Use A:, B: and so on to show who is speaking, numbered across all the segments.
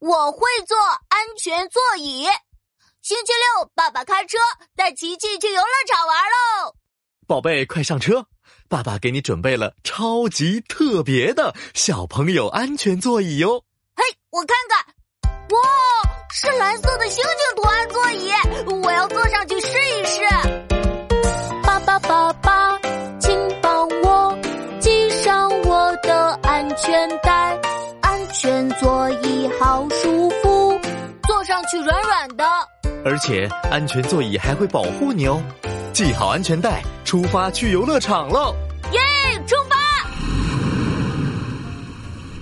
A: 我会坐安全座椅。星期六，爸爸开车带琪琪去游乐场玩喽。
B: 宝贝，快上车！爸爸给你准备了超级特别的小朋友安全座椅哟、
A: 嘿，我看看，哇，是蓝色的星星图案座椅，我要坐上去试一试。
C: 爸爸爸爸，请帮我系上我的安全带，安全座椅好舒服。
A: 坐上去软软的，
B: 而且安全座椅还会保护你哦。系好安全带，出发去游乐场喽！
A: 嘿，出发！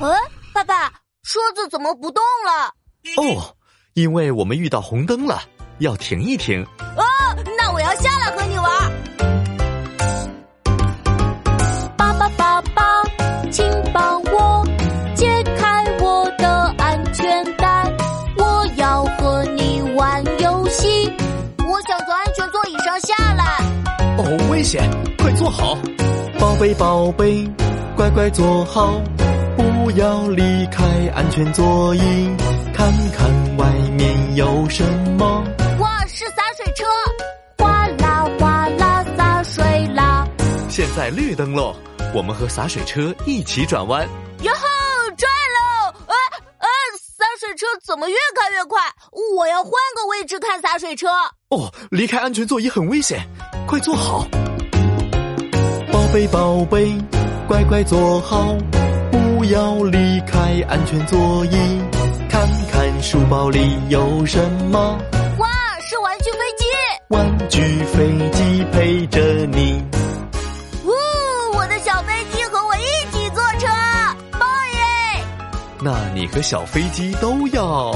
A: 哎，爸爸，车子怎么不动了？
B: 哦，因为我们遇到红灯了，要停一停。
A: 那我要下来和你玩。
C: 爸爸爸爸，请帮我解开我的安全带，我要和你玩游戏。
A: 我想从安全座椅上下来。
B: 哦，危险！快坐好，宝贝宝贝，乖乖坐好，不要离开安全座椅，看看外面有什么。
A: 哇，是洒水车！
C: 哗啦哗啦洒水啦，
B: 现在绿灯喽，我们和洒水车一起转弯。
A: 哟吼，转喽！哎哎，洒水车怎么越开越快？我要换个位置看洒水车。
B: 哦，离开安全座椅很危险，快坐好。宝贝宝贝，乖乖坐好，不要离开安全座椅，看看书包里有什么。
A: 哇，是玩具飞机！
B: 玩具飞机陪着你，
A: 呜、我的小飞机和我一起坐车，棒耶！
B: 那你和小飞机都要。